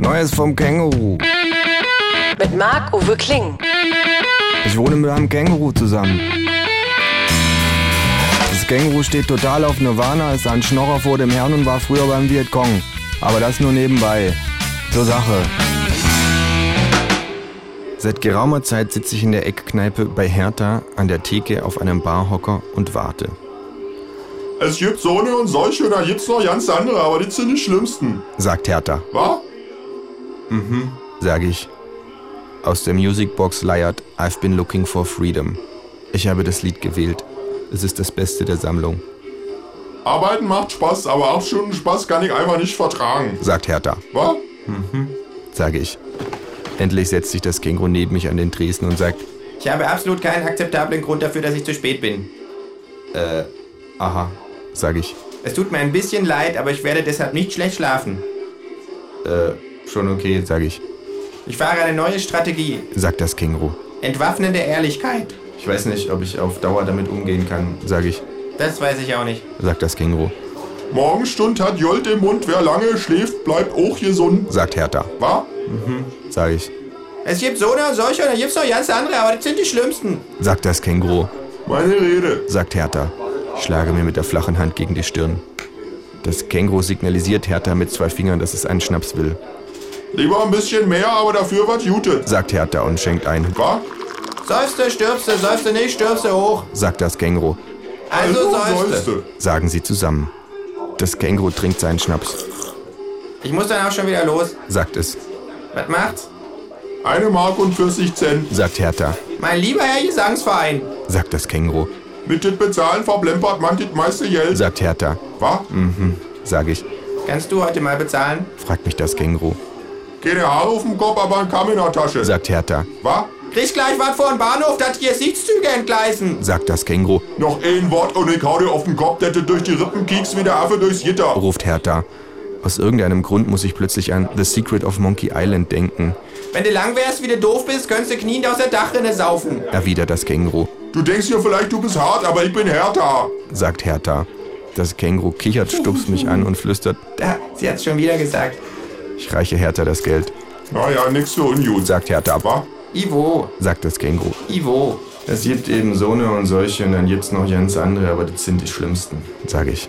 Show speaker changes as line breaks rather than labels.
Neues vom Känguru.
Mit Marc-Uwe Kling.
Ich wohne mit einem Känguru zusammen. Das Känguru steht total auf Nirvana, ist ein Schnorrer vor dem Herrn und war früher beim Vietcong. Aber das nur nebenbei. Zur Sache. Seit geraumer Zeit sitze ich in der Eckkneipe bei Hertha an der Theke auf einem Barhocker und warte.
Es gibt so eine und solche, da gibt's noch ganz andere, aber die sind die schlimmsten.
Sagt Hertha,
Wa?
sage ich. Aus der Musicbox leiert I've been looking for freedom. Ich habe das Lied gewählt. Es ist das Beste der Sammlung,
Arbeiten macht Spaß, aber acht Stunden Spaß kann ich einfach nicht vertragen.
sagt Hertha.
Wa?
sage ich. Endlich setzt sich das Känguru neben mich an den Tresen und sagt,
Ich habe absolut keinen akzeptablen Grund dafür, dass ich zu spät bin.
aha, sage ich,
Es tut mir ein bisschen leid, aber ich werde deshalb nicht schlecht schlafen.
schon okay, sage ich,
Ich fahre eine neue Strategie.
sagt das Känguru,
Entwaffnende Ehrlichkeit.
Ich weiß nicht, ob ich auf Dauer damit umgehen kann, sage ich,
Das weiß ich auch nicht.
sagt das Känguru,
Morgenstund hat Jolt im Mund, wer lange schläft, bleibt auch gesund.
sagt Hertha,
Wa?
sage ich,
Es gibt so eine und solche und da gibt's noch ganz andere, aber das sind die schlimmsten.
sagt das Känguru,
Meine Rede.
sagt Hertha. Ich Schlage mir mit der flachen Hand gegen die Stirn. Das Känguru signalisiert Hertha mit zwei Fingern, dass es einen Schnaps will,
Lieber ein bisschen mehr, aber dafür was Jute.
sagt Hertha und schenkt ein,
Wa?
Seufst du, stirbst du, seufst du nicht, stirbst du hoch.
sagt das Känguru,
Also seufst du.
sollste.
sagen sie zusammen. Das Känguru trinkt seinen Schnaps,
Ich muss dann auch schon wieder los.
sagt es,
Was macht's?
Eine Mark und 40 Cent.
sagt Hertha,
Mein lieber Herr Gesangsverein.
sagt das Känguru,
Mit dem Bezahlen verplempert man das meiste Geld.
sagt Hertha,
Wa?
sage ich,
Kannst du heute mal bezahlen?
fragt mich das Känguru,
Keine Haare auf dem Kopf, aber ein Kamm in der Tasche.
sagt Hertha,
Wa?
Kriegst gleich was vor den Bahnhof, dass hier Sichtszüge entgleisen.
sagt das Känguru,
Noch ein Wort und ich hau dir auf den Kopf, der du durch die Rippen kiekst wie der Affe durchs Gitter.
ruft Hertha. Aus irgendeinem Grund muss ich plötzlich an The Secret of Monkey Island denken,
Wenn du lang wärst, wie du doof bist, könntest du kniend aus der Dachrinne saufen.
erwidert das Känguru,
Du denkst dir vielleicht, du bist hart, aber ich bin härter.
sagt Hertha. Das Känguru kichert, stupst mich an und flüstert,
Da, Ah, sie hat's schon wieder gesagt.
ich reiche Hertha das Geld,
Naja, nix für ungut.
sagt Hertha, aber,
Wa?
Ivo,
sagt das Känguru.
Ivo.
Es gibt eben so eine und solche und dann gibt's noch ganz andere, aber das sind die schlimmsten, sage ich.